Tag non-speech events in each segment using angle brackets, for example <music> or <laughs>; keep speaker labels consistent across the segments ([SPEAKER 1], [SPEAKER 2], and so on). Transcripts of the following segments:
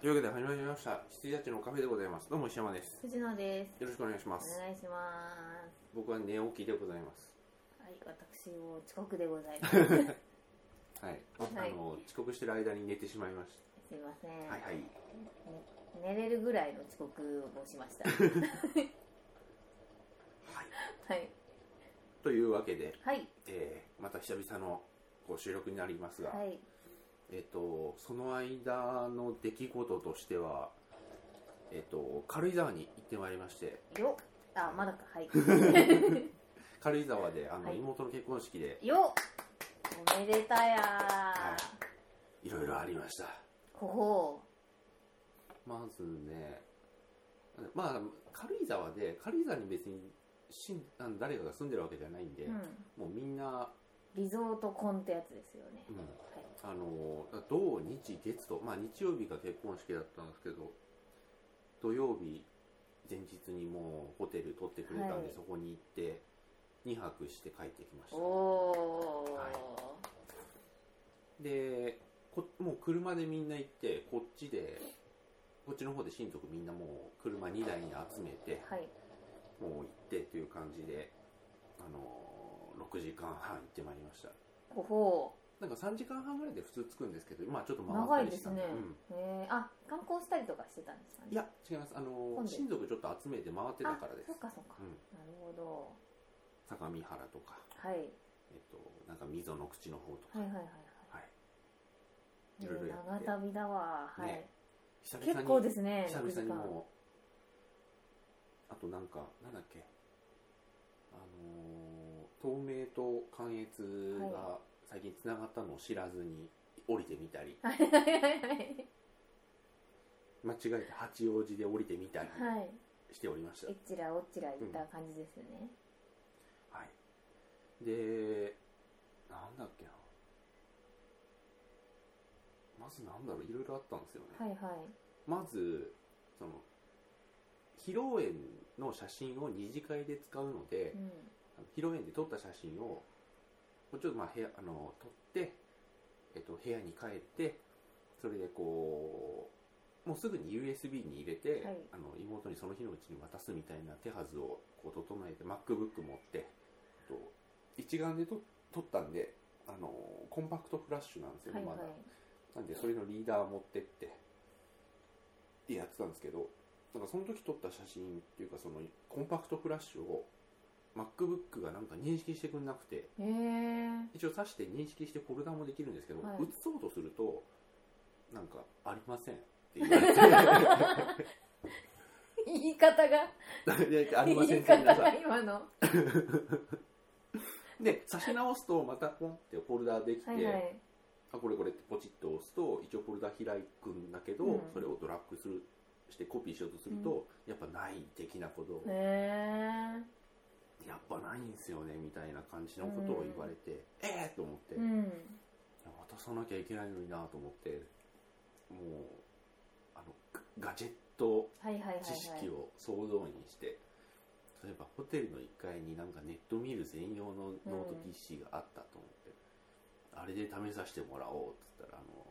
[SPEAKER 1] というわけで始まりました羊たちのカフェでございますどうも石山です
[SPEAKER 2] 藤野です。
[SPEAKER 1] よろしくお願いしま
[SPEAKER 2] お
[SPEAKER 1] す
[SPEAKER 2] 願いします。
[SPEAKER 1] 僕は寝起きでございます
[SPEAKER 2] はい、私も遅刻でござい
[SPEAKER 1] <laughs>
[SPEAKER 2] ます。すい
[SPEAKER 1] はい、
[SPEAKER 2] はい
[SPEAKER 1] あの遅刻してる間に寝てしまいまし
[SPEAKER 2] ません、
[SPEAKER 1] たはいはい
[SPEAKER 2] 寝れるぐらいの遅刻をしま
[SPEAKER 1] <laughs>
[SPEAKER 2] した。はい。
[SPEAKER 1] というわけで、
[SPEAKER 2] はい。
[SPEAKER 1] えーまた久々のこう収録になりますが、
[SPEAKER 2] はい。
[SPEAKER 1] えっ、とその間の出来事としてはえっ、と軽井沢に行ってまいりまして
[SPEAKER 2] よっ。あ、まだか。はい。
[SPEAKER 1] <laughs> 軽井沢であの、
[SPEAKER 2] はい
[SPEAKER 1] 妹の結婚式で
[SPEAKER 2] よっ。おめでたやー。
[SPEAKER 1] いろいろありました
[SPEAKER 2] ほほ
[SPEAKER 1] まずねまあ軽井沢で軽井沢に別にしんあの誰かが住んでるわけじゃないんで、
[SPEAKER 2] う。うん。
[SPEAKER 1] もうみんな、
[SPEAKER 2] リゾートコンってやつですよね
[SPEAKER 1] う。ん
[SPEAKER 2] はい。
[SPEAKER 1] あの土日月と、まあ、日曜日が結婚式だったんですけど土曜日前日にもうホテル取ってくれたんで、
[SPEAKER 2] はい
[SPEAKER 1] そこに行って2泊して帰ってきました
[SPEAKER 2] おー。
[SPEAKER 1] はいでこもう車でみんな行ってこっちでこっちの方で親族みんなもう車2台に集めて
[SPEAKER 2] はい。
[SPEAKER 1] もう行ってっていう感じであの6時間半行ってまいりました
[SPEAKER 2] ほほ
[SPEAKER 1] なんか3時間半ぐらいで普通着くんですけど今ちょっと回
[SPEAKER 2] う。
[SPEAKER 1] った
[SPEAKER 2] 長い
[SPEAKER 1] り
[SPEAKER 2] で
[SPEAKER 1] し
[SPEAKER 2] す
[SPEAKER 1] たん
[SPEAKER 2] ね
[SPEAKER 1] で、うん。
[SPEAKER 2] えー、あ、観光したりとかしてたんですかね。
[SPEAKER 1] いや違いますあの
[SPEAKER 2] 今度
[SPEAKER 1] 親族ちょっと集めて回ってたからです
[SPEAKER 2] そっかそっか、
[SPEAKER 1] うん
[SPEAKER 2] なるほど、
[SPEAKER 1] 相模原とか、
[SPEAKER 2] はい、
[SPEAKER 1] えっと、なんか溝の口の方とか、
[SPEAKER 2] はいはいはい
[SPEAKER 1] は
[SPEAKER 2] はい
[SPEAKER 1] い、いろいろやっ
[SPEAKER 2] 長
[SPEAKER 1] て
[SPEAKER 2] 旅だわ、はい、
[SPEAKER 1] ね久々に
[SPEAKER 2] 結構ですね
[SPEAKER 1] 久々に
[SPEAKER 2] 6時
[SPEAKER 1] もうあとなんかなんだっけあのー東名と関越が
[SPEAKER 2] は
[SPEAKER 1] 最近つながったのを知らずに降りてみたり
[SPEAKER 2] 間 <laughs> はいはいはいはい
[SPEAKER 1] 間違えて八王子で降りてみたり
[SPEAKER 2] はい
[SPEAKER 1] しておりました、
[SPEAKER 2] えっちらおっちら言った感じですよね、
[SPEAKER 1] はい、でなんだっけなまずなんだろういろいろあったんですよね、
[SPEAKER 2] はいはい
[SPEAKER 1] まずその披露宴の写真を二次会で使うので、
[SPEAKER 2] うん
[SPEAKER 1] あの披露宴で撮った写真をこうちょっとまあ部屋あの撮って、えっと、部屋に帰ってそれでこうもうすぐに USB に入れて、
[SPEAKER 2] はい
[SPEAKER 1] あの妹にその日のうちに渡すみたいな手はずをこう整えて MacBook 持ってと一眼で撮撮ったんであのコンパクトフラッシュなんですよ、
[SPEAKER 2] はい
[SPEAKER 1] ま
[SPEAKER 2] は
[SPEAKER 1] だ
[SPEAKER 2] い
[SPEAKER 1] なんでそれのリーダー持ってってでやってたんですけどなんかその時撮った写真っていうかそのコンパクトフラッシュを MacBook がなんか認識してくれなくて
[SPEAKER 2] へえ
[SPEAKER 1] 一応挿して認識してフォルダもできるんですけど、
[SPEAKER 2] はい
[SPEAKER 1] 映そうとするとなんか「ありません」って言わ
[SPEAKER 2] <laughs>
[SPEAKER 1] れ
[SPEAKER 2] <laughs> 言い方が
[SPEAKER 1] てで「あり
[SPEAKER 2] 言
[SPEAKER 1] ません」
[SPEAKER 2] い
[SPEAKER 1] って言いな
[SPEAKER 2] 方
[SPEAKER 1] さ
[SPEAKER 2] が
[SPEAKER 1] い
[SPEAKER 2] 今のは
[SPEAKER 1] で挿し直すとまたポンってフォルダできて、
[SPEAKER 2] いはい
[SPEAKER 1] あこれこれってポチッと押すと一応フォルダ開くんだけど、
[SPEAKER 2] うん
[SPEAKER 1] それをドラッグするしてコピーしようとすると、やっぱない的なことを、
[SPEAKER 2] へえ
[SPEAKER 1] やっぱないんすよねみたいな感じのことを言われて、えー、と思って、
[SPEAKER 2] う
[SPEAKER 1] い
[SPEAKER 2] ん
[SPEAKER 1] や渡さなきゃいけないのになと思ってもうあのガガジェット
[SPEAKER 2] はいはいはいはい
[SPEAKER 1] 知識を総動員して、例えばホテルの1階になんかネット見る専用のノートティッシュがあったと思って、あれで試させてもらおうっつったらあの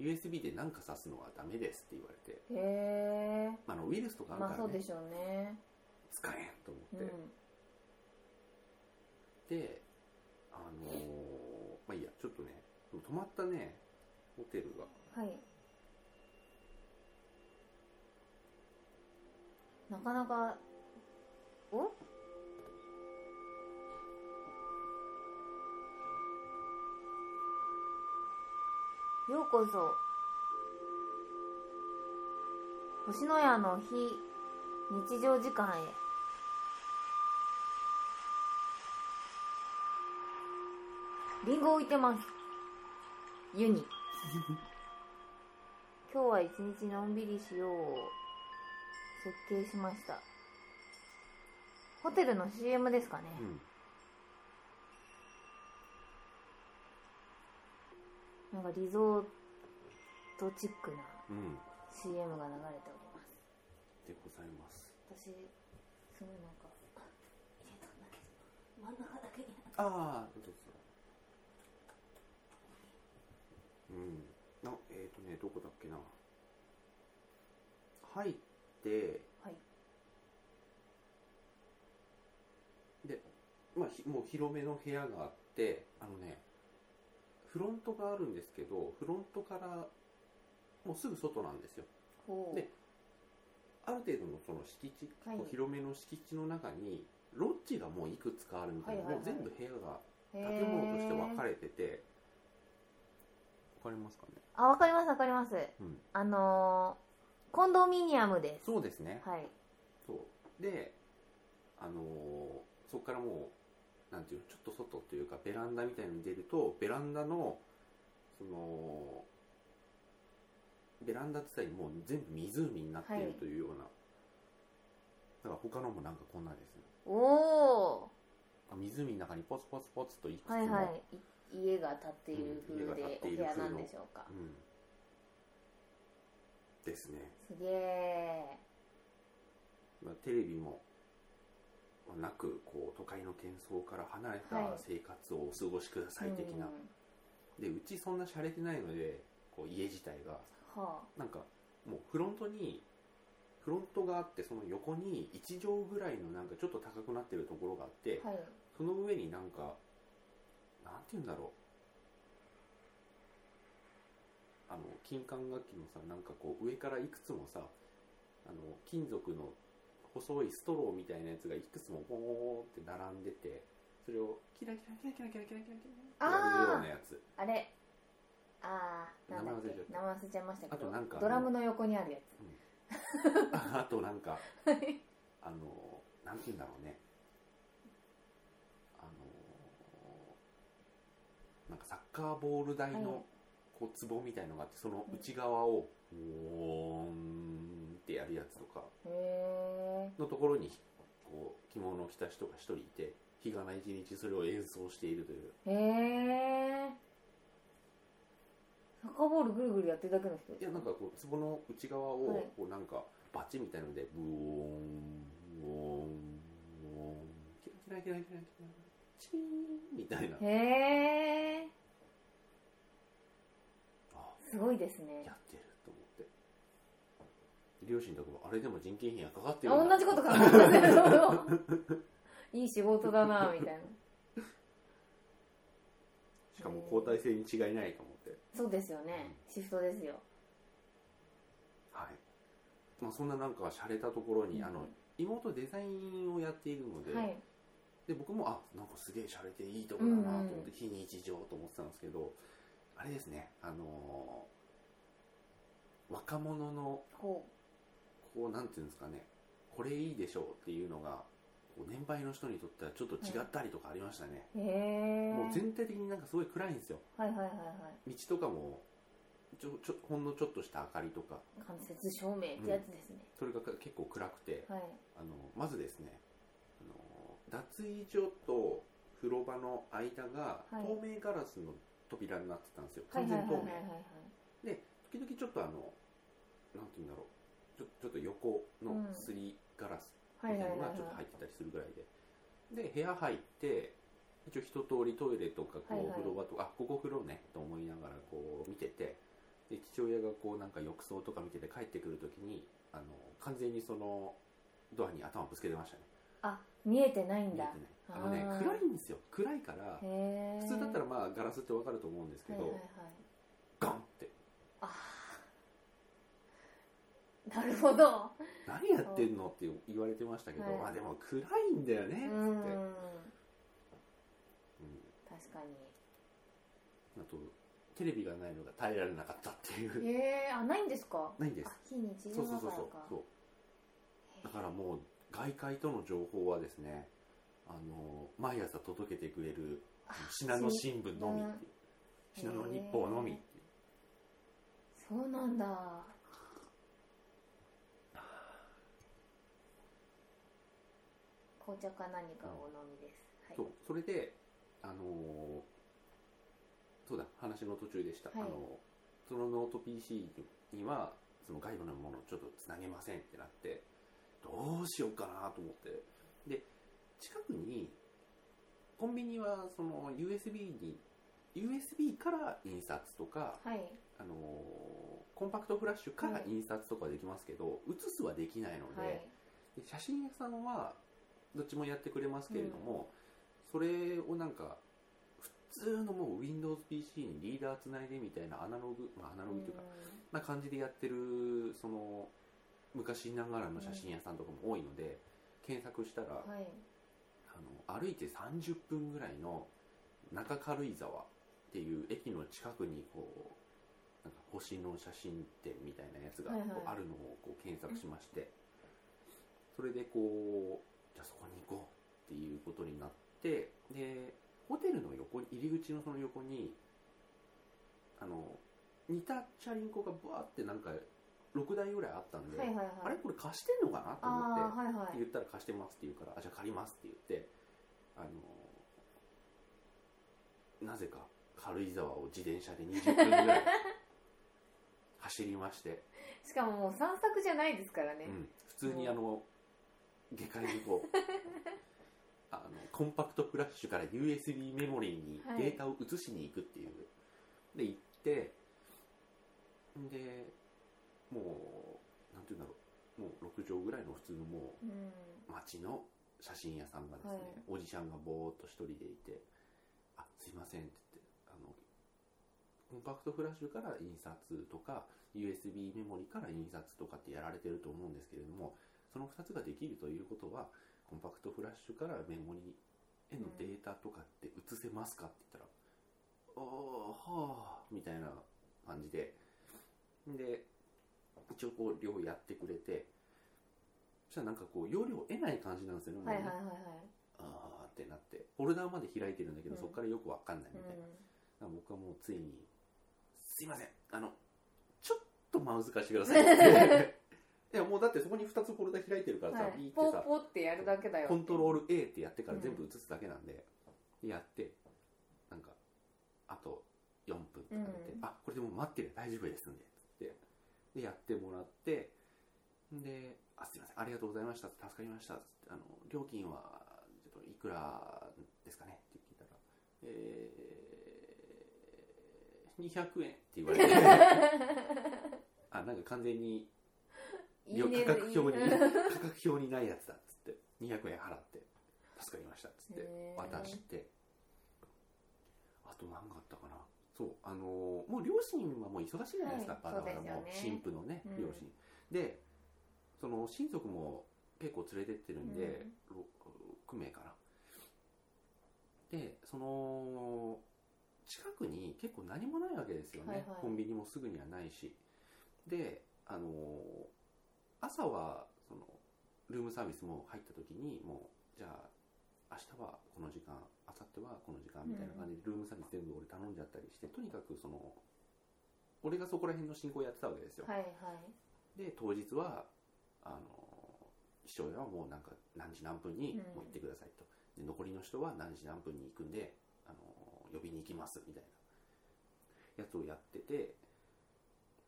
[SPEAKER 1] USB で何か挿すのはダメですって言われて、
[SPEAKER 2] へえ
[SPEAKER 1] まあ、あのウイルスとかある
[SPEAKER 2] まあ
[SPEAKER 1] か
[SPEAKER 2] そ
[SPEAKER 1] ら、
[SPEAKER 2] う
[SPEAKER 1] ね
[SPEAKER 2] でしょうね
[SPEAKER 1] 使えんと思
[SPEAKER 2] う
[SPEAKER 1] って、
[SPEAKER 2] ん
[SPEAKER 1] であのーまあいいやちょっとね泊まったねホテルが
[SPEAKER 2] はいなかなかおようこそ星のやの非日常時間へリンゴを置いてますユニ今日は一日のんびりしようを設計しましたホテルの CM ですかね、
[SPEAKER 1] うん
[SPEAKER 2] なんかリゾートチックな
[SPEAKER 1] うん
[SPEAKER 2] CM が流れております
[SPEAKER 1] でございます
[SPEAKER 2] 私すごいなんか入れたんだけど真ん中だけに
[SPEAKER 1] ああどうぞうんなえっ、ー、とねどこだっけな入って
[SPEAKER 2] はい
[SPEAKER 1] で、まあ、ひもう広めの部屋があってあのねフロントがあるんですけどフロントからもうすぐ外なんですよ
[SPEAKER 2] ほう
[SPEAKER 1] である程度のその敷地、
[SPEAKER 2] はい
[SPEAKER 1] こう広めの敷地の中にロッジがもういくつかあるみたいな、
[SPEAKER 2] はいはいはい
[SPEAKER 1] もう全部部屋が
[SPEAKER 2] へ
[SPEAKER 1] 建
[SPEAKER 2] ー
[SPEAKER 1] 物として分かれててわかりますかね
[SPEAKER 2] あわかりますわかります
[SPEAKER 1] うん
[SPEAKER 2] あのーコンドミニアムです
[SPEAKER 1] そうですね、
[SPEAKER 2] はい
[SPEAKER 1] そうであのーそこからもうなんていうのちょっと外というかベランダみたいのに出るとベランダのそのベランダ自体もう全部湖になってい
[SPEAKER 2] はい
[SPEAKER 1] るというような、だから他のもなんかこんなですね
[SPEAKER 2] おお
[SPEAKER 1] あ湖の中にポツポツポツといくつも、
[SPEAKER 2] はいはいい家が建っている風
[SPEAKER 1] うん家が建
[SPEAKER 2] で
[SPEAKER 1] っ
[SPEAKER 2] お
[SPEAKER 1] てい
[SPEAKER 2] 部
[SPEAKER 1] る
[SPEAKER 2] 屋
[SPEAKER 1] 風
[SPEAKER 2] な
[SPEAKER 1] の
[SPEAKER 2] んでしょうか
[SPEAKER 1] うん、ですね
[SPEAKER 2] すげえ
[SPEAKER 1] まあテレビもまあなくこう都会の喧騒から離れ
[SPEAKER 2] はい
[SPEAKER 1] た生活をお過ごしください的な、でうちそんな洒落てないのでこう家自体が
[SPEAKER 2] は
[SPEAKER 1] なんかもうフロントにフロントがあってその横に1畳ぐらいのなんかちょっと高くなってるところがあって、
[SPEAKER 2] あはい
[SPEAKER 1] その上になんかなんて言うんだろうあの金管楽器のさなんかこう上からいくつもさあの金属の細いストローみたいなやつがいくつもボーンって並んでてそれをキラキラキラキラキラキラキラキラってやるようなやつ
[SPEAKER 2] あれあーなんだっ
[SPEAKER 1] 名前忘
[SPEAKER 2] け
[SPEAKER 1] れちゃった
[SPEAKER 2] 名前忘れちゃいましたけ
[SPEAKER 1] あ
[SPEAKER 2] ど
[SPEAKER 1] となんか
[SPEAKER 2] ドラムの横にあるやつ
[SPEAKER 1] あ <laughs> となんか、
[SPEAKER 2] はい
[SPEAKER 1] あの、なんて言うんだろうね。あの、なんかサッカーボール台
[SPEAKER 2] はい
[SPEAKER 1] の、こう、壺みたいのがあって、その内側を、ウォーンってやるやつとか、
[SPEAKER 2] へえ
[SPEAKER 1] のところに、こう、着物を着た人が一人いて、日がない一日それを演奏しているという。
[SPEAKER 2] へえサッカーボールぐるぐるやってるだけの人
[SPEAKER 1] いや、なんかこう、壺の内側
[SPEAKER 2] はい
[SPEAKER 1] を、こう、なんか、バチみたいので、ブオーン、ブオーン、ブオーン、キラキラキラキラキラ、チーンみたいな。
[SPEAKER 2] へえ
[SPEAKER 1] あ、
[SPEAKER 2] すごいですね
[SPEAKER 1] やってると思って。両親とかも、あれでも人件費がかかってるん
[SPEAKER 2] あ
[SPEAKER 1] だ
[SPEAKER 2] 同じこと考えてるいい仕事だなみたいな
[SPEAKER 1] しかも交代制に違いないと思って。
[SPEAKER 2] そうですよねシフトですよ
[SPEAKER 1] はい。まあ、そんななんか、洒落たところに、あ
[SPEAKER 2] う
[SPEAKER 1] の
[SPEAKER 2] ん、
[SPEAKER 1] 妹デザインをやっているので、
[SPEAKER 2] はい
[SPEAKER 1] で僕もあなんかすげえ洒落ていいとこだなと思って、非日常と思ってたんですけどあれですねあのー若者の
[SPEAKER 2] こ
[SPEAKER 1] こうなんていうんですかねこれいいでしょうっていうのがこう年配の人にとってはちょっと違ったりとかありましたね、
[SPEAKER 2] うへえ
[SPEAKER 1] もう全体的になんかすごい暗いんですよ
[SPEAKER 2] はいはいはいは
[SPEAKER 1] 道とかもちょちょほんのちょっとした明かりとか
[SPEAKER 2] い間接照明ってやつですね、
[SPEAKER 1] それが結構暗くて
[SPEAKER 2] はい
[SPEAKER 1] あのまずですねあの脱衣所と風呂場の間が
[SPEAKER 2] はい
[SPEAKER 1] 透明ガラスの扉になってたんですよ、
[SPEAKER 2] はい
[SPEAKER 1] 完
[SPEAKER 2] はい
[SPEAKER 1] 全透
[SPEAKER 2] はいはい
[SPEAKER 1] 明、
[SPEAKER 2] はいはい
[SPEAKER 1] 時々ちょっとあのなんて言うんだろうちょちょっと横の
[SPEAKER 2] うん
[SPEAKER 1] すりガラスみ
[SPEAKER 2] は
[SPEAKER 1] た
[SPEAKER 2] い
[SPEAKER 1] い
[SPEAKER 2] はい
[SPEAKER 1] な
[SPEAKER 2] は
[SPEAKER 1] のが
[SPEAKER 2] い
[SPEAKER 1] ちょっと入ってたりするぐらいで、で部屋入って一応一通りトイレとか
[SPEAKER 2] はい
[SPEAKER 1] こ
[SPEAKER 2] は
[SPEAKER 1] う
[SPEAKER 2] い
[SPEAKER 1] 風呂場とか、あここ風呂ねと思いながらこう見ててで父親がこうなんか浴槽とか見てて帰ってくるときにあの完全にそのドアに頭ぶつけてましたね
[SPEAKER 2] あ見えてない
[SPEAKER 1] 見
[SPEAKER 2] ん
[SPEAKER 1] えて
[SPEAKER 2] だ
[SPEAKER 1] ないあのね
[SPEAKER 2] あー
[SPEAKER 1] 暗いんですよ暗いから
[SPEAKER 2] へえ
[SPEAKER 1] 普通だったらまあガラスってわかると思うんですけど、
[SPEAKER 2] はいはいはい
[SPEAKER 1] ガンって
[SPEAKER 2] あーなるほど
[SPEAKER 1] 何やってんのって言われてましたけど、
[SPEAKER 2] はい
[SPEAKER 1] まあでも暗いんだよねっつって、
[SPEAKER 2] う
[SPEAKER 1] うんん
[SPEAKER 2] 確か
[SPEAKER 1] あとテレビがないのが耐えられなかったっていう
[SPEAKER 2] にへえあないんですか
[SPEAKER 1] ないんです
[SPEAKER 2] あ非日
[SPEAKER 1] そ
[SPEAKER 2] 常
[SPEAKER 1] うそ
[SPEAKER 2] だ
[SPEAKER 1] うそう
[SPEAKER 2] から
[SPEAKER 1] そう
[SPEAKER 2] か
[SPEAKER 1] そうだからもう外界との情報はですねあの毎朝届けてくれる
[SPEAKER 2] あ
[SPEAKER 1] 信濃新聞のみ
[SPEAKER 2] うん
[SPEAKER 1] っていう信濃日報のみっていう
[SPEAKER 2] そうなんだ紅茶か何かをお飲みです、
[SPEAKER 1] そ
[SPEAKER 2] は
[SPEAKER 1] うそれであのーそうだ話の途中でした、
[SPEAKER 2] はい
[SPEAKER 1] あのそのノート PC にはその外部のものをちょっとつなげませんってなってどうしようかなと思ってで近くにコンビニはその USB に USB から印刷とか、
[SPEAKER 2] いはい
[SPEAKER 1] あのーコンパクトフラッシュから
[SPEAKER 2] はい
[SPEAKER 1] 印刷とかできますけど、写すはできないので,、
[SPEAKER 2] はい
[SPEAKER 1] で写真屋さんはどっちもやってくれますけれども、それをなんか普通のもう WindowsPC にリーダーつないでみたいなアナログ、まあ、アナログというか、な感じでやってるその昔ながらの写真屋さんとかも多いので、検索したら、
[SPEAKER 2] うんはい
[SPEAKER 1] あの歩いて30分ぐらいの中軽井沢っていう駅の近くにこうなんか星の写真展みたいなやつが
[SPEAKER 2] はいはい
[SPEAKER 1] こうあるのをこう検索しまして、それでこうじゃあそこに行こうっていうことになってでホテルの横に入り口のその横にあの似たチャリンコがバーってなんか6台ぐらいあったんで、
[SPEAKER 2] はいはいはい
[SPEAKER 1] あれこれ貸してんのかなと思って
[SPEAKER 2] ああはい
[SPEAKER 1] っ
[SPEAKER 2] は
[SPEAKER 1] て
[SPEAKER 2] い
[SPEAKER 1] 言ったら貸してますって言うから、あ、じゃあ借りますって言って、あのーなぜか軽井沢を自転車で20分ぐ
[SPEAKER 2] <laughs>
[SPEAKER 1] らい走りまして、
[SPEAKER 2] しかももう散策じゃないですからね、
[SPEAKER 1] うん普通にあの、下界に
[SPEAKER 2] <laughs>
[SPEAKER 1] こう、あの、コンパクトフラッシュから USB メモリーに
[SPEAKER 2] はい
[SPEAKER 1] データを移しに行くっていう。で、行って、で、もう、なんて言うんだろう、もう6畳ぐらいの普通のもう、
[SPEAKER 2] うん
[SPEAKER 1] 街の写真屋さんがですね、
[SPEAKER 2] はい
[SPEAKER 1] おじちゃんがぼーっと一人でいて「あすいません」って言ってあのコンパクトフラッシュから印刷とか USB メモリから印刷とかってやられてると思うんですけれどもその2つができるということはコンパクトフラッシュからメモリへのデータとかって移せますかって言ったら「ああはあ」みたいな感じでで一応こう量やってくれてそしたらなんかこう容量を得ない感じなんですよね、もう
[SPEAKER 2] はい
[SPEAKER 1] ね
[SPEAKER 2] はいはいはい
[SPEAKER 1] あーってなってフォルダーまで開いてるんだけど、
[SPEAKER 2] うん
[SPEAKER 1] そこからよくわかんないみたいな、だか
[SPEAKER 2] う
[SPEAKER 1] ら僕はもうついに「すいませんあのちょっとマウス貸してください」って
[SPEAKER 2] <laughs>
[SPEAKER 1] いやもうだってそこに2つフォルダー開いてるから
[SPEAKER 2] ん
[SPEAKER 1] さ、
[SPEAKER 2] は
[SPEAKER 1] ビー、っ
[SPEAKER 2] いポ
[SPEAKER 1] て
[SPEAKER 2] ー
[SPEAKER 1] さ
[SPEAKER 2] ポーってやるだけだよ
[SPEAKER 1] コントロ
[SPEAKER 2] <laughs> ー
[SPEAKER 1] ール A ってやってから全部映すだけなんで、やってなんかあと4分とか出て、
[SPEAKER 2] うん
[SPEAKER 1] あこれでもう待ってる大丈夫ですんでつってでやってもらってであすいませんありがとうございました助かりましたつってあの料金はちょっといくらですかねって聞いたらえー、200円って言われて
[SPEAKER 2] <laughs>
[SPEAKER 1] あなんか完全に
[SPEAKER 2] いいね
[SPEAKER 1] 価格表に
[SPEAKER 2] いいね
[SPEAKER 1] 価格表にないやつだっつって200円払って助かりましたっつって
[SPEAKER 2] へー
[SPEAKER 1] 渡してあと何があったかなそうあのーもう両親はもう忙しいじゃないですか、
[SPEAKER 2] はい
[SPEAKER 1] バラバラ
[SPEAKER 2] そうですよ
[SPEAKER 1] も
[SPEAKER 2] ね
[SPEAKER 1] う新婦のね
[SPEAKER 2] うん
[SPEAKER 1] 両親、でその親族も結構連れてってるんで、ろ6名かなでその近くに結構何もないわけですよね、
[SPEAKER 2] はいはい
[SPEAKER 1] コンビニもすぐにはないしであのー朝はそのルームサービスも入った時にもうじゃあ明日はこの時間明後日はこの時間みたいな感じでルームサービス全部俺頼んじゃったりして、とにかくその俺がそこら辺の進行やってたわけですよ、
[SPEAKER 2] はいはい
[SPEAKER 1] で当日はあの父親はもうなんか何時何分に
[SPEAKER 2] うん
[SPEAKER 1] もう行ってくださいと、で残りの人は何時何分に行くんであの呼びに行きますみたいなやつをやってて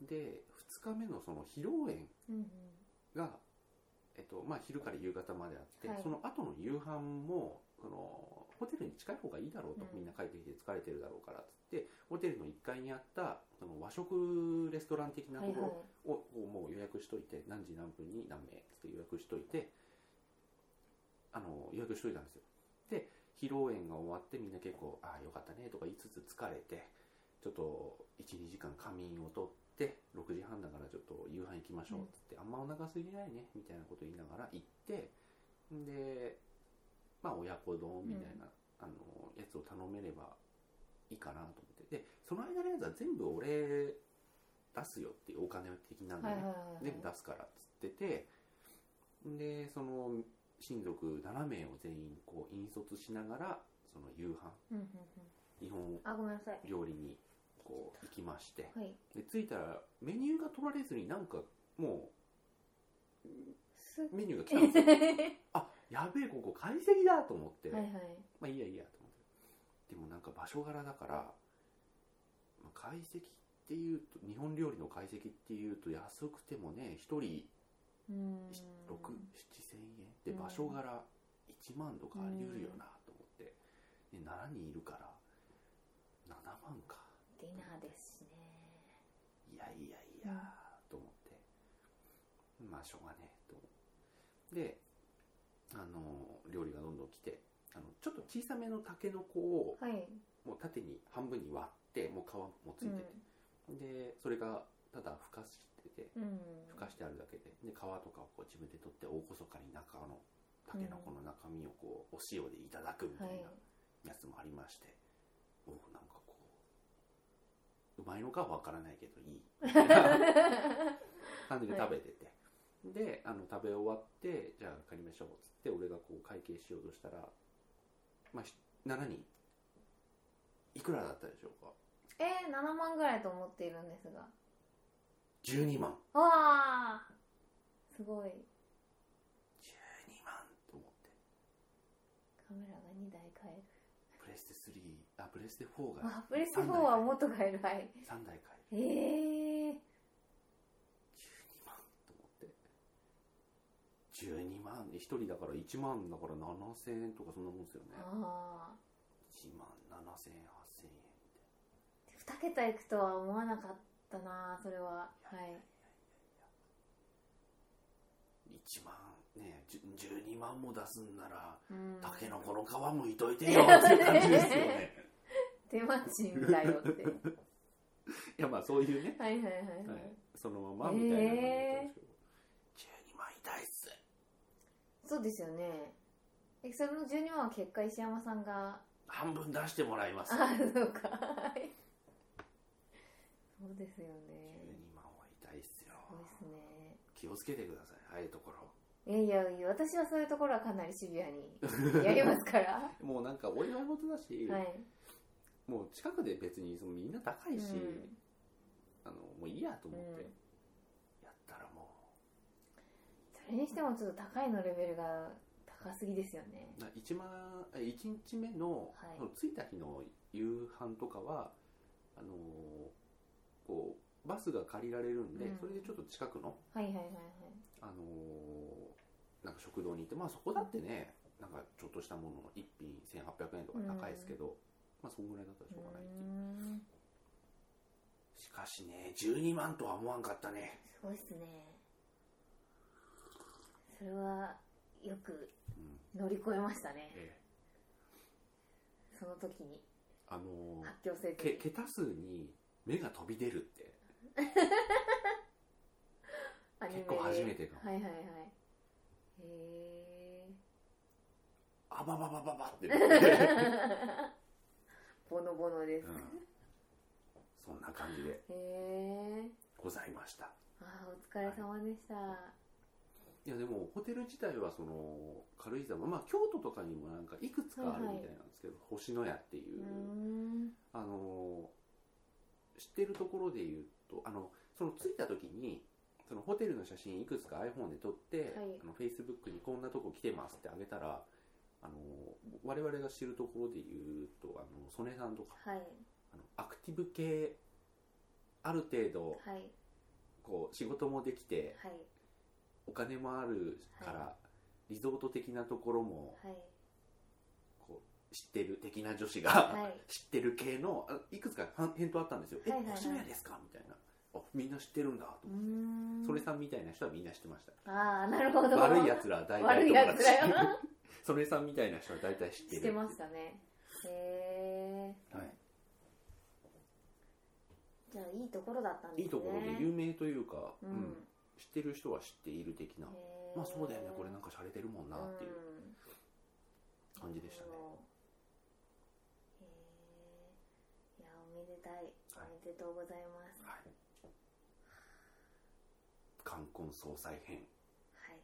[SPEAKER 1] で2日目のその披露宴
[SPEAKER 2] うんうん
[SPEAKER 1] が、えっとまあ、昼から夕方まであって、
[SPEAKER 2] はい
[SPEAKER 1] その後の夕飯もそのホテルに近い方がいいだろうと、
[SPEAKER 2] うん
[SPEAKER 1] みんな帰ってきて疲れてるだろうからっつってホテルの1階にあったその和食レストラン的な
[SPEAKER 2] は
[SPEAKER 1] と
[SPEAKER 2] い
[SPEAKER 1] ころ
[SPEAKER 2] は
[SPEAKER 1] をこうもう予約しといて何時何分に何名って予約しといてあの予約しといたんですよで披露宴が終わってみんな結構「ああよかったね」とか言いつつ疲れてちょっと12時間仮眠をとって6時半だからちょっと夕飯行きましょうっつって、あんまお腹空いてないねみたいなこと言いながら行ってでまあ親子丼みたいな、あのやつを頼めればいいかなと思ってでその間のやつは全部俺出すよっていうお金的なん
[SPEAKER 2] い
[SPEAKER 1] で
[SPEAKER 2] は
[SPEAKER 1] ね、
[SPEAKER 2] いはい
[SPEAKER 1] 全部出すからっつっててでその親族7名を全員こう引率しながらその夕飯
[SPEAKER 2] うんうんうん
[SPEAKER 1] 日本
[SPEAKER 2] あごめんなさい
[SPEAKER 1] 料理にこう行きまして
[SPEAKER 2] はい
[SPEAKER 1] で着いたらメニューが取られずになんかも
[SPEAKER 2] す
[SPEAKER 1] うメニューが来たんで
[SPEAKER 2] <laughs>
[SPEAKER 1] すよ
[SPEAKER 2] は
[SPEAKER 1] あやべえここ懐石だと思って、
[SPEAKER 2] いはい
[SPEAKER 1] まあいいやいいやと思ってでもなんか場所柄だから、まあ、解析っていうと日本料理の解析っていうと安くてもね1人
[SPEAKER 2] うーん
[SPEAKER 1] 67000円で場所柄1万とかあり得るよなと思って、で7人いるから7万か
[SPEAKER 2] ディナーですね
[SPEAKER 1] いやいやいややーと思ってまあしょうがねえと思うであの料理がどんどん来てあのちょっと小さめのたけのこを
[SPEAKER 2] はい
[SPEAKER 1] もう縦に半分に割ってもう皮もついてて、でそれがただふかしてて
[SPEAKER 2] うんうん
[SPEAKER 1] ふかしてあるだけでで皮とかをこう自分で取って大こそかに中のたけのこの中身をこうお塩でいただくみた
[SPEAKER 2] はいい
[SPEAKER 1] なやつもありまして、おおなんかこううまいのかはわからないけど
[SPEAKER 2] <laughs>
[SPEAKER 1] いい感じで食べてて、であの食べ終わってじゃあ帰りましょうっつって俺がこう会計しようとしたら、まあ、ひ7人いくらだったでしょうか
[SPEAKER 2] えー、7万ぐらいと思っているんですが
[SPEAKER 1] 12万
[SPEAKER 2] わあすごい
[SPEAKER 1] 12万と思って
[SPEAKER 2] カメラが2台買える
[SPEAKER 1] プレステ3あプレステ4が
[SPEAKER 2] あプレステ4はもっと買えるはい
[SPEAKER 1] 3台買える
[SPEAKER 2] ええ
[SPEAKER 1] 12万と思って12万1人だから1万だから7000円とかそんなもんですよね
[SPEAKER 2] ああ
[SPEAKER 1] 1万7000円8000円みたい
[SPEAKER 2] 2桁いくとは思わなかったなそれはは
[SPEAKER 1] ないいやいやいやいや1万ねじゅ12万も出すんなら
[SPEAKER 2] うん
[SPEAKER 1] たけのこの皮むいといて
[SPEAKER 2] <laughs>
[SPEAKER 1] よって感じですよね
[SPEAKER 2] 手間賃だよっ
[SPEAKER 1] <laughs>
[SPEAKER 2] て
[SPEAKER 1] いやまあそういうね、
[SPEAKER 2] はいはいはい
[SPEAKER 1] は
[SPEAKER 2] はいい、
[SPEAKER 1] そのままみたいな感じだったんですけど、12万痛いっす
[SPEAKER 2] そうですよねえその12万は結果石山さんが
[SPEAKER 1] 半分出してもらいます
[SPEAKER 2] あそうかはいそうですよね
[SPEAKER 1] 12万は痛いっすよ
[SPEAKER 2] そうですね
[SPEAKER 1] 気をつけてくださいああいうところ
[SPEAKER 2] いやいやいや私はそういうところはかなりシビアにやりますから
[SPEAKER 1] もうなんかお <laughs> 祝い事だし、
[SPEAKER 2] はい、
[SPEAKER 1] もう近くで別にそのみんな高いし、
[SPEAKER 2] うん
[SPEAKER 1] あのもういいやと思って、
[SPEAKER 2] うん
[SPEAKER 1] やったらも
[SPEAKER 2] それにしてもちょっと高いのレベルが高すぎですよね
[SPEAKER 1] うな1万え一日目の,、
[SPEAKER 2] はい
[SPEAKER 1] その着いた日の夕飯とかはあのーこうバスが借りられるんで、
[SPEAKER 2] うん
[SPEAKER 1] それでちょっと近くの、
[SPEAKER 2] はいはいはいはい
[SPEAKER 1] あのーなんか食堂に行ってまあそこだってねなんかちょっとしたものの1品1800円とか高いですけど、まあそんぐらいだったらしょうがないっていう
[SPEAKER 2] うーん
[SPEAKER 1] しかしね12万とは思わんかったね、
[SPEAKER 2] すごいっすねそれはよく
[SPEAKER 1] うん
[SPEAKER 2] 乗り越えましたね
[SPEAKER 1] ええ
[SPEAKER 2] その時に
[SPEAKER 1] あのー
[SPEAKER 2] 発狂せず
[SPEAKER 1] け
[SPEAKER 2] に
[SPEAKER 1] 桁数に目が飛び出るって
[SPEAKER 2] アニメで
[SPEAKER 1] 結構初めてかも
[SPEAKER 2] はいはいはいへ
[SPEAKER 1] あばばばばばって、
[SPEAKER 2] えボノボノで
[SPEAKER 1] <laughs> う
[SPEAKER 2] す、
[SPEAKER 1] ん、そんな感じで
[SPEAKER 2] へえ
[SPEAKER 1] ございました
[SPEAKER 2] あーお疲れ様でした、
[SPEAKER 1] いやでもホテル自体はその軽井沢、まあ、京都とかにもなんかいくつかあるみたいなんですけど、星のやっていうう、
[SPEAKER 2] ーん
[SPEAKER 1] あのー知ってるところで言うとあのその着いた時にそのホテルの写真いくつか iPhone で撮って、
[SPEAKER 2] はい
[SPEAKER 1] あの Facebook にこんなとこ来てますってあげたら、あのー我々が知るところで言うとあの曽根さんとか
[SPEAKER 2] はい
[SPEAKER 1] あのアクティブ系ある程度
[SPEAKER 2] はい
[SPEAKER 1] こう仕事もできて
[SPEAKER 2] はい
[SPEAKER 1] お金もあるから、
[SPEAKER 2] は
[SPEAKER 1] リゾート的なところも
[SPEAKER 2] はい
[SPEAKER 1] 知ってる的な女子が、
[SPEAKER 2] はい
[SPEAKER 1] 知ってる系のあいくつかは返答あったんですよ「
[SPEAKER 2] はいはいは
[SPEAKER 1] え
[SPEAKER 2] い
[SPEAKER 1] 星野屋ですか?」みたいな「あみんな知ってるんだ」と
[SPEAKER 2] うー
[SPEAKER 1] 思って、
[SPEAKER 2] ん
[SPEAKER 1] それさんみたいな人はみんな知ってました
[SPEAKER 2] ああなるほど
[SPEAKER 1] 悪いやつらは大
[SPEAKER 2] 悪
[SPEAKER 1] 体
[SPEAKER 2] いやつだよ
[SPEAKER 1] <laughs> それさんみたいな人は大体知ってる
[SPEAKER 2] <laughs> してましたねへえ
[SPEAKER 1] はい
[SPEAKER 2] じゃあいいところだったんですね
[SPEAKER 1] いいところで有名というか、
[SPEAKER 2] う、
[SPEAKER 1] うんん知ってる人は知っている的な、
[SPEAKER 2] へー
[SPEAKER 1] まあそうだよねこれなんか洒落てるもんなっていう感じでしたね、
[SPEAKER 2] うんへえいやおめでたいおめでとうございます
[SPEAKER 1] はい冠婚葬祭編
[SPEAKER 2] はい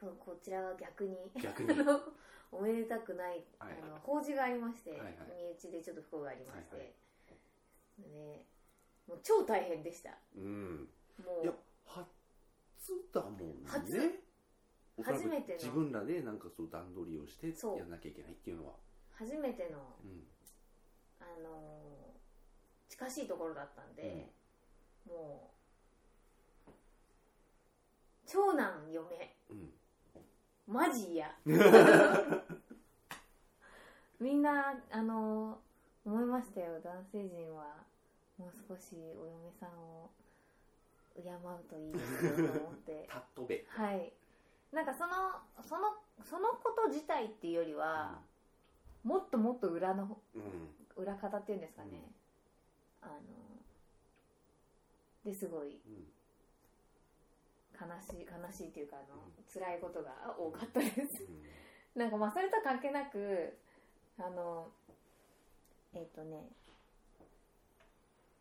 [SPEAKER 2] ここちらは逆に <laughs>
[SPEAKER 1] 逆に
[SPEAKER 2] あのおめでたくない、
[SPEAKER 1] はい
[SPEAKER 2] あの法事がありまして、
[SPEAKER 1] はいはい
[SPEAKER 2] 身内でちょっと不幸がありまして、
[SPEAKER 1] はい
[SPEAKER 2] ねもう超大変でした
[SPEAKER 1] うん
[SPEAKER 2] も
[SPEAKER 1] いや
[SPEAKER 2] う
[SPEAKER 1] 初だもんね
[SPEAKER 2] 初
[SPEAKER 1] おそらく
[SPEAKER 2] 初めての
[SPEAKER 1] 自分らでなんかそう段取りをして
[SPEAKER 2] そう
[SPEAKER 1] やんなきゃいけないっていうのは
[SPEAKER 2] 初めての
[SPEAKER 1] うん
[SPEAKER 2] あのー近しいところだったんで、もう長男嫁
[SPEAKER 1] うん
[SPEAKER 2] マジ嫌みんなあの思いましたよ男性陣はもう少しお嫁さんを敬うといいなと思って
[SPEAKER 1] タットベ
[SPEAKER 2] はいなんかそのそのそのこと自体っていうよりは、もっともっと裏の
[SPEAKER 1] うん、うん
[SPEAKER 2] 裏方っていうんですかね、あのですごい
[SPEAKER 1] うん
[SPEAKER 2] 悲しい悲しいというかあの、
[SPEAKER 1] う
[SPEAKER 2] 辛いことが多かったです
[SPEAKER 1] うん
[SPEAKER 2] なんかまあそれとは関係なくあのえっ、とね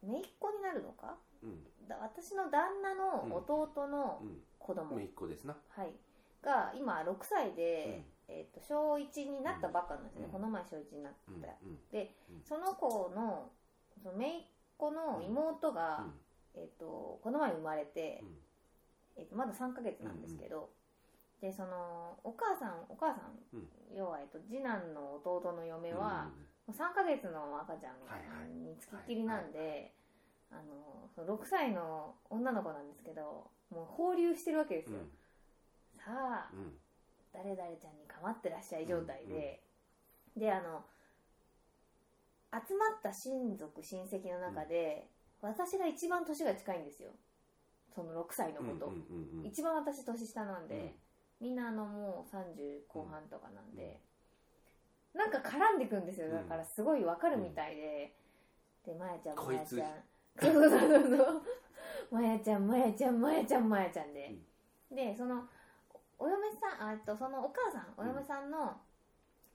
[SPEAKER 2] 姪っ子になるのか
[SPEAKER 1] うん
[SPEAKER 2] だ私の旦那の弟の
[SPEAKER 1] う
[SPEAKER 2] 子供、
[SPEAKER 1] ん、めいっ子ですな。
[SPEAKER 2] はい、が今6歳で、えっと小1になったばっかなんですね、
[SPEAKER 1] うん
[SPEAKER 2] この前小1になった、
[SPEAKER 1] うん、うん、
[SPEAKER 2] その子のその姪っ子の妹が、えっとこの前生まれて、えっとまだ3ヶ月なんですけど、でそのお母さんお母さん、
[SPEAKER 1] うん
[SPEAKER 2] 要は、えっと、次男の弟の
[SPEAKER 1] うん、
[SPEAKER 2] 嫁は、もう3ヶ月の赤ちゃんにつきっきりなんで、あのその6歳の女の子なんですけどもう放流してるわけです
[SPEAKER 1] うん、う
[SPEAKER 2] よ、
[SPEAKER 1] ん、
[SPEAKER 2] さあ
[SPEAKER 1] うん、
[SPEAKER 2] 誰々ちゃんに構ってらっしゃい状態で、であの集まった親族親戚の中で、私が一番年が近いんですよその6歳の
[SPEAKER 1] うん、う
[SPEAKER 2] 子
[SPEAKER 1] ん
[SPEAKER 2] と、、
[SPEAKER 1] うん、
[SPEAKER 2] 一番私年下なんで、みんなあのもう30後半とかなんで、なんか絡んでくんですよ
[SPEAKER 1] うん
[SPEAKER 2] だからすごいわかるみたいで、でまやちゃん
[SPEAKER 1] こ
[SPEAKER 2] ま
[SPEAKER 1] い
[SPEAKER 2] や
[SPEAKER 1] つ
[SPEAKER 2] ちゃんそうそうそうそう <laughs> まやちゃんまやちゃんまやちゃんまやちゃんで、でそのおお嫁さんあえっとそのお母さんお嫁さんの、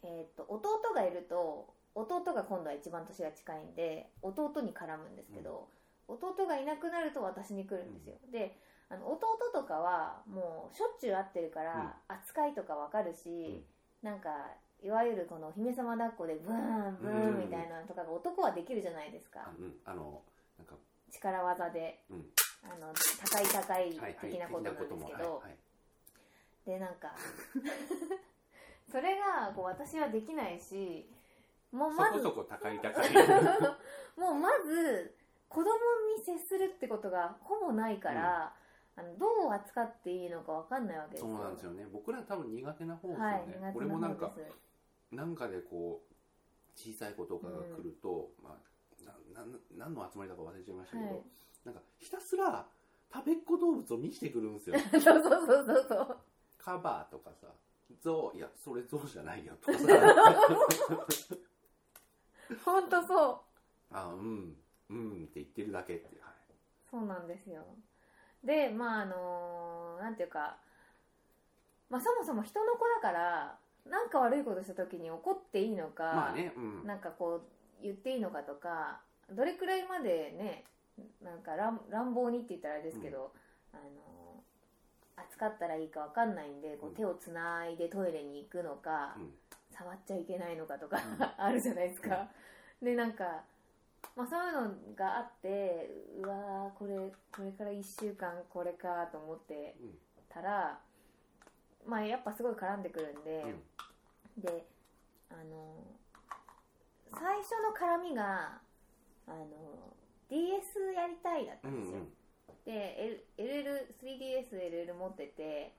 [SPEAKER 2] えっと弟がいると弟が今度は一番年が近いんで弟に絡むんですけど、弟がいなくなると私に来るんですよ、であの弟とかはもうしょっちゅう会ってるから扱いとかわかるし、なんかいわゆるこのお姫様抱っこでブーンブーンみたいなのとかが男はできるじゃないですか、
[SPEAKER 1] うん、あの、なんか、
[SPEAKER 2] 力技で、
[SPEAKER 1] うん
[SPEAKER 2] あの高い高
[SPEAKER 1] は
[SPEAKER 2] い
[SPEAKER 1] い、はい、
[SPEAKER 2] 的なことなんですけど、
[SPEAKER 1] い、
[SPEAKER 2] でなんか <laughs> それがこう私はできないしもうまず
[SPEAKER 1] そこそこ高い高い。
[SPEAKER 2] もうまず子供に接するってことがほぼないから、あのどう扱っていいのかわかんないわけです
[SPEAKER 1] そ
[SPEAKER 2] よ
[SPEAKER 1] うなんですよね。僕ら多分苦手な方ですよ
[SPEAKER 2] はい
[SPEAKER 1] ね。
[SPEAKER 2] 苦手
[SPEAKER 1] 俺
[SPEAKER 2] な
[SPEAKER 1] もなん
[SPEAKER 2] 方
[SPEAKER 1] か
[SPEAKER 2] で、す
[SPEAKER 1] なんかでこう、小さい子とかが来ると、まあ、な、な、何の集まりだか忘れちゃいましたけど、なんか、ひたすら、食べっ子動物を見せてくるんです
[SPEAKER 2] <laughs>
[SPEAKER 1] よ。
[SPEAKER 2] はいそうそうそうそうそう
[SPEAKER 1] カバーとかさ、ゾウ、いや、それゾウじゃないよとか
[SPEAKER 2] <laughs>
[SPEAKER 1] さ。
[SPEAKER 2] 本当そう
[SPEAKER 1] あうんうんって言ってるだけっては
[SPEAKER 2] そうなんですよでまああのなんていうか、まあ、そもそも人の子だからなんか悪いことした時に怒っていいのか、
[SPEAKER 1] いまあねうん
[SPEAKER 2] なんかこう言っていいのかとかどれくらいまでねなんか乱乱暴にって言ったらあれですけど、あの扱ったらいいかわかんないんでこ
[SPEAKER 1] う
[SPEAKER 2] うん手をつないでトイレに行くのか、
[SPEAKER 1] うん
[SPEAKER 2] 触っちゃいけないのかとか、
[SPEAKER 1] うん
[SPEAKER 2] <laughs> あるじゃないですか。でなんかまあ、そういうのがあってうわーこれこれから1週間これかと思って
[SPEAKER 1] うん
[SPEAKER 2] たら、まあ、やっぱすごい絡んでくるんで、
[SPEAKER 1] うん
[SPEAKER 2] であの最初の絡みがあの DS やりたいだった
[SPEAKER 1] うんん
[SPEAKER 2] です
[SPEAKER 1] う
[SPEAKER 2] よ、
[SPEAKER 1] ん
[SPEAKER 2] で LL3DSLL 持ってて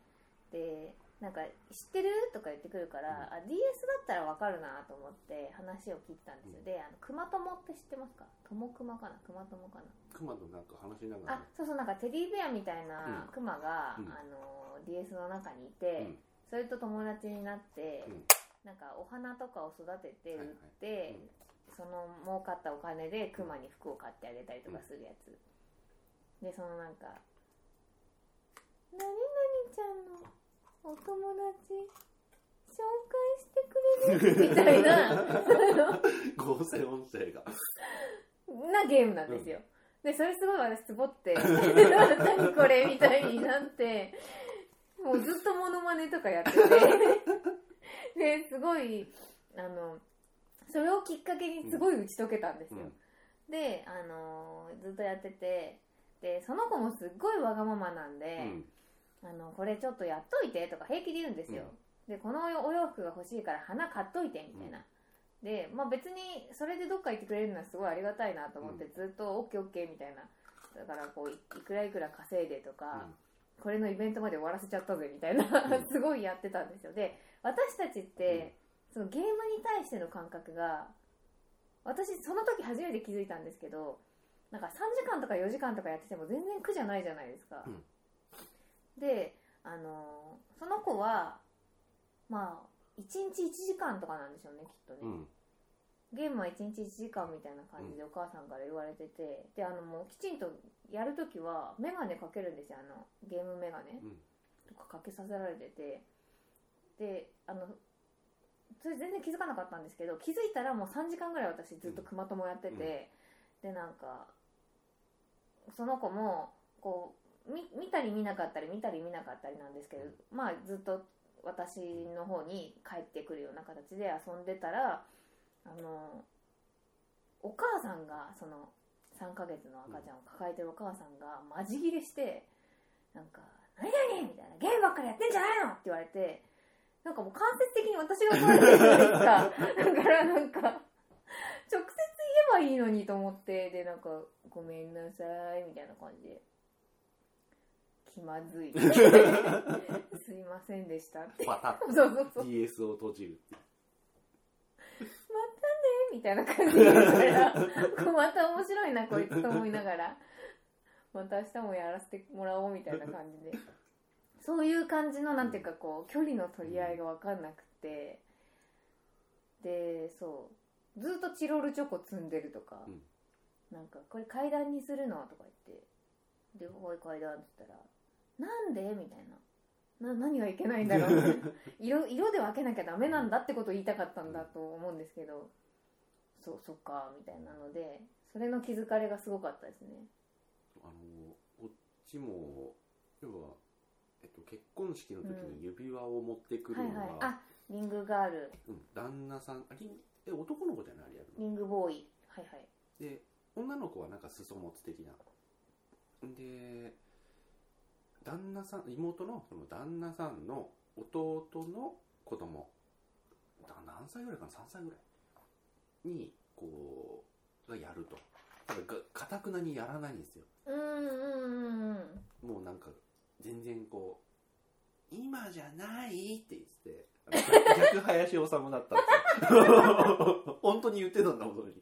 [SPEAKER 2] でなんか「知ってる?」とか言ってくるから、あ DS だったらわかるなと思って話を聞いてたんですよ、
[SPEAKER 1] うん
[SPEAKER 2] であの熊友って知ってますか友熊かな熊友かな
[SPEAKER 1] 熊となんか話しながら
[SPEAKER 2] あそうそうなんかテディベアみたいな
[SPEAKER 1] うん
[SPEAKER 2] クマが、
[SPEAKER 1] うん
[SPEAKER 2] あの DS の中にいうて、
[SPEAKER 1] ん <laughs>
[SPEAKER 2] それと友達になって、
[SPEAKER 1] うん
[SPEAKER 2] なんかお花とかを育てて売って、
[SPEAKER 1] いうん
[SPEAKER 2] その儲かったお金でクマに服を買ってあげたりとかするやつ、でそのなんか「何々ちゃんのお友達紹介してくれる?」みた
[SPEAKER 1] <laughs>
[SPEAKER 2] いなあ
[SPEAKER 1] 合成音声が
[SPEAKER 2] のなゲームなんですよ、でそれすごい私ツボっ
[SPEAKER 1] <laughs>
[SPEAKER 2] て何これみたいになってもうずっとモノマネとかやって
[SPEAKER 1] <laughs>
[SPEAKER 2] てですごいあのそれをきっかけにすごい打ち解けたんです
[SPEAKER 1] う
[SPEAKER 2] よ、
[SPEAKER 1] ん
[SPEAKER 2] で、あのーずっとやっててでその子もすっごいわがままなん
[SPEAKER 1] う
[SPEAKER 2] で、
[SPEAKER 1] ん
[SPEAKER 2] あのこれちょっとやっといてとか平気で言うんですよ、でこのお洋服が欲しいから花買っといてみたいな、で、まあ、別にそれでどっか行ってくれるのはすごいありがたいなと思って
[SPEAKER 1] う
[SPEAKER 2] ずっと OKOK みたいなだからこういいくらいくら稼いでとか、これのイベントまで終わらせちゃったぜみたいな
[SPEAKER 1] ん
[SPEAKER 2] <laughs> すごいやってたんですよで私たちって、そのゲームに対しての感覚が私その時初めて気づいたんですけどなんか3時間とか4時間とかやってても全然苦じゃないじゃないですか、
[SPEAKER 1] うん
[SPEAKER 2] であのーその子はまあ1日1時間とかなんでしょうねきっとね、
[SPEAKER 1] うん
[SPEAKER 2] ゲームは1日1時間みたいな感じでお母さんから言われてて、であのもうきちんとやるときは眼鏡かけるんですよあのゲーム眼鏡
[SPEAKER 1] うん
[SPEAKER 2] とかかけさせられててであのそれ全然気づかなかったんですけど気づいたらもう3時間ぐらい私ずっと熊友やってて、でなんかその子もこう見見たり見なかったり見たり見なかったりなんですけど、まあずっと私の方に帰ってくるような形で遊んでたらあのお母さんがその3ヶ月の赤ちゃんを抱えてるお母さんがマジギレしてなんか「何々!」みたいな「ゲームばっかりやってんじゃないの!」って言われてなんかもう間接的に私が怒られてるじゃないですかだからなんか直接言えばいいのにと思ってでなんか「ごめんなさい」みたいな感じで「気まずい」「すいませんでした」って
[SPEAKER 1] パタ
[SPEAKER 2] そうそうそ
[SPEAKER 1] ッ
[SPEAKER 2] う
[SPEAKER 1] DS を閉じる
[SPEAKER 2] みたいな感じで言ったらまた面白いなこいつと思いながらまた明日もやらせてもらおうみたいな感じでそういう感じのなんていうかこう距離の取り合いが分かんなくてでそうずっとチロルチョコ積んでるとか、
[SPEAKER 1] うん
[SPEAKER 2] なんかこれ階段にするのとか言ってで「おい階段」って言ったら「なんで?」みたいな。な何がいけないんだろうみ
[SPEAKER 1] <laughs>
[SPEAKER 2] たいな色色で分けなきゃダメなんだってことを言いたかったんだと思うんですけどそうそっかみたいなのでそれの気づかれがすごかったですね
[SPEAKER 1] あのこっちも要は、えっと、結婚式の時に指輪を持ってくる
[SPEAKER 2] はい
[SPEAKER 1] の
[SPEAKER 2] は
[SPEAKER 1] が、
[SPEAKER 2] いあリングガール
[SPEAKER 1] うん、旦那さんあれえ男の子じゃないあれやるの
[SPEAKER 2] リングボーイはいはい
[SPEAKER 1] で女の子はなんか裾持つ的なで旦那さん妹のその旦那さんの弟の子供だ何歳ぐらいかな3歳ぐらいにこうがやるとただがかたくなにやらないんですよ
[SPEAKER 2] うんうんうんうん
[SPEAKER 1] もうなんか全然こう今じゃないって言ってあの逆林修だったんですよ <laughs> 本当に言ってたんだもんそれに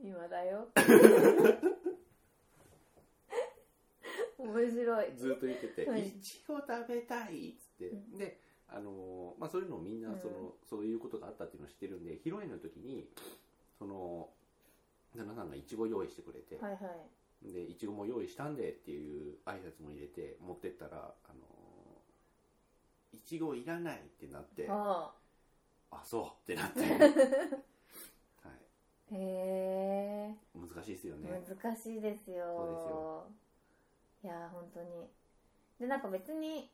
[SPEAKER 2] 今だよ <laughs> 面白い
[SPEAKER 1] ずっと言ってて、
[SPEAKER 2] はい
[SPEAKER 1] いちご食べたいっつって、
[SPEAKER 2] うん
[SPEAKER 1] で、あのーまあ、そういうのをみんなその、
[SPEAKER 2] うん
[SPEAKER 1] そういうことがあったっていうのを知ってるんで、披露宴の時に、その、旦那さんがいちご用意してくれて、
[SPEAKER 2] はいはい
[SPEAKER 1] で、いちごも用意したんでっていう挨拶も入れて、持ってったら、あのーいちごいらないってなって、あ
[SPEAKER 2] ああ
[SPEAKER 1] そうってなって、はい、
[SPEAKER 2] へえ
[SPEAKER 1] 難しいですよね。
[SPEAKER 2] 難しいですよ
[SPEAKER 1] そうです
[SPEAKER 2] いやー本当にでなんか別に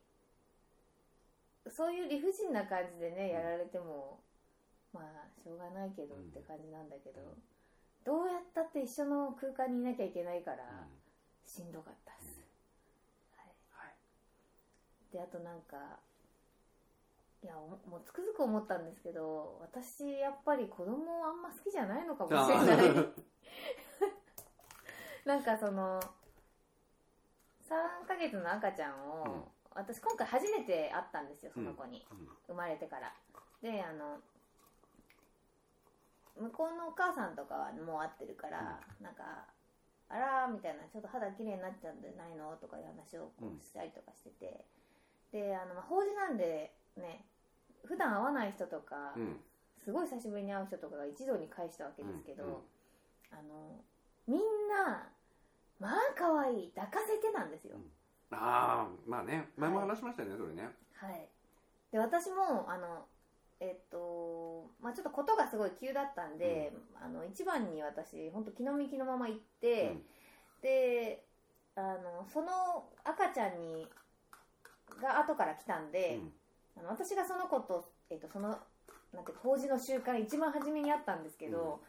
[SPEAKER 2] そういう理不尽な感じでね
[SPEAKER 1] ん
[SPEAKER 2] やられても、まあしょうがないけどっ
[SPEAKER 1] うん
[SPEAKER 2] て感じなんだけど、
[SPEAKER 1] うん
[SPEAKER 2] どうやったって一緒の空間にいなきゃいけないから、
[SPEAKER 1] うん
[SPEAKER 2] しんどかったっす、はい、
[SPEAKER 1] はい
[SPEAKER 2] であとなんかいやおもうつくづく思ったんですけど私やっぱり子供あんま好きじゃないのかもしれないなんかその3ヶ月の赤ちゃんを、
[SPEAKER 1] うん
[SPEAKER 2] 私今回初めて会ったんですよその子に、
[SPEAKER 1] うん
[SPEAKER 2] 生まれてからであの向こうのお母さんとかはもう会ってるから、なんか「あら」みたいな「ちょっと肌綺麗になっちゃうんじゃないの?」とかいう話を
[SPEAKER 1] う
[SPEAKER 2] こうんしたりとかしてて、であの、まあ、法事なんでね普段会わない人とか、
[SPEAKER 1] うん
[SPEAKER 2] すごい久しぶりに会う人とかが一堂に会したわけですけど、
[SPEAKER 1] うんうん
[SPEAKER 2] あのみんな「まあ可愛い抱かせて」なんですよ、
[SPEAKER 1] うんああ、まあね、前も話しましたよね、それね。
[SPEAKER 2] はい、で私もあのえっとまあちょっとことがすごい急だったんで、あの一番に私本当気の身気のまま行って、であのその赤ちゃんにが後から来たん
[SPEAKER 1] うん
[SPEAKER 2] で
[SPEAKER 1] う、ん
[SPEAKER 2] あの私がその子と,、えっとそのなんて法事の習慣一番初めにあったんですけど、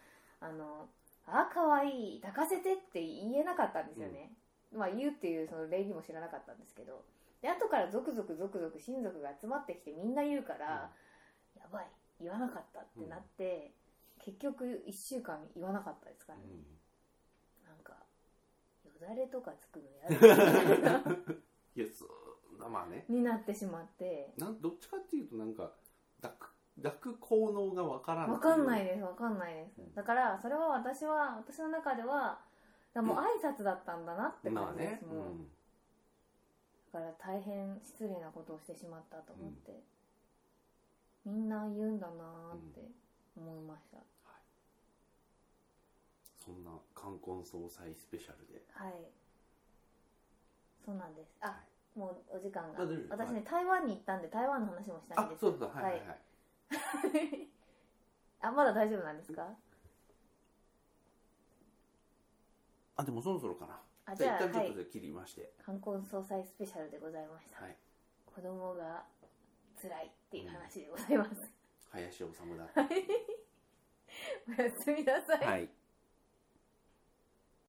[SPEAKER 2] あのあ可愛い抱かせてって言えなかったんですよね、まあ言うっていうその礼儀も知らなかったんですけどで後から続々続々親族が集まってきてみんな言うから、やばい言わなかったってなって、結局1週間言わなかったですからね、なんかよだれとかつくのやだ
[SPEAKER 1] いや、そう、まあね。
[SPEAKER 2] になってしまって
[SPEAKER 1] なんどっちかっていうとなんか抱く抱く子効能がわからない。
[SPEAKER 2] わかんない
[SPEAKER 1] い。
[SPEAKER 2] ですわかんないで
[SPEAKER 1] うん
[SPEAKER 2] すだからそれは私は私の中ではだからもう挨拶だったんだなって
[SPEAKER 1] ま
[SPEAKER 2] 感
[SPEAKER 1] あ
[SPEAKER 2] じで
[SPEAKER 1] ね
[SPEAKER 2] す、
[SPEAKER 1] う。
[SPEAKER 2] もうんだから大変失礼なことをしてしまったと思って、みんな言うんだなーって思いました、
[SPEAKER 1] そんな冠婚葬祭スペシャルで。
[SPEAKER 2] はいそうなんですあ、
[SPEAKER 1] は
[SPEAKER 2] もうお時間が
[SPEAKER 1] あ大丈夫です
[SPEAKER 2] 私ね、台湾に行ったんで台湾の話もしたいん
[SPEAKER 1] あ
[SPEAKER 2] で、す
[SPEAKER 1] そうだ、はいはいはい。
[SPEAKER 2] あまだ大丈夫なんですか
[SPEAKER 1] あ、でもそろそろかな。
[SPEAKER 2] あじ
[SPEAKER 1] じゃ
[SPEAKER 2] ゃ
[SPEAKER 1] あ一
[SPEAKER 2] あ
[SPEAKER 1] 旦ちょ
[SPEAKER 2] は
[SPEAKER 1] っと
[SPEAKER 2] い
[SPEAKER 1] じゃあ切りまして。
[SPEAKER 2] 冠婚葬祭スペシャルでございました、
[SPEAKER 1] はい。
[SPEAKER 2] 子供が辛いっていう話でございます、
[SPEAKER 1] 林修だった。
[SPEAKER 2] おやすみなさい
[SPEAKER 1] はい。